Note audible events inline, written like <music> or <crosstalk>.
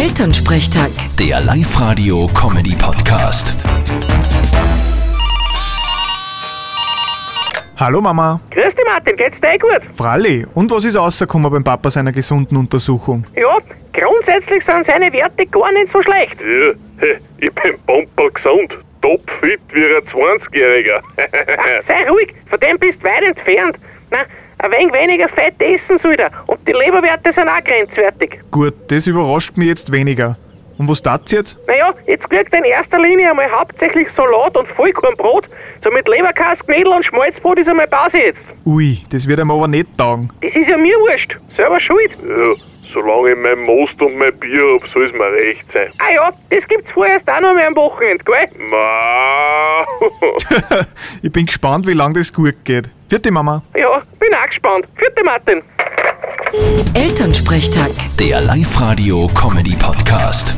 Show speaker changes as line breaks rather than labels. Elternsprechtag.
Der Live-Radio-Comedy-Podcast.
Hallo Mama.
Grüß dich Martin, geht's dir eh gut?
Fralli, und was ist rausgekommen beim Papa seiner gesunden Untersuchung?
Ja, grundsätzlich sind seine Werte gar nicht so schlecht.
Ja, hä, ich bin bumper gesund. Topfit wie ein 20-Jähriger.
Sei ruhig, von dem bist du weit entfernt. Na, ein wenig weniger Fett essen soll er und die Leberwerte sind auch grenzwertig.
Gut, das überrascht mich jetzt weniger. Und was tat jetzt?
Naja, jetzt kriegt er in erster Linie einmal hauptsächlich Salat und Vollkornbrot. So mit Leberkass, Knödel und Schmalzbrot ist einmal Pause jetzt.
Ui, das wird ihm aber nicht taugen.
Das ist ja mir wurscht, selber schuld.
<laughs> Ja, solange ich mein Most und mein Bier hab, soll's mir recht sein.
Ah ja, das gibt's vorerst auch noch mal am Wochenende, gell?
Ma.
Ich bin gespannt, wie lange das gut geht. Vierte Mama.
Ja, bin auch gespannt. Vierte Martin.
Elternsprechtag.
Der Live-Radio-Comedy-Podcast.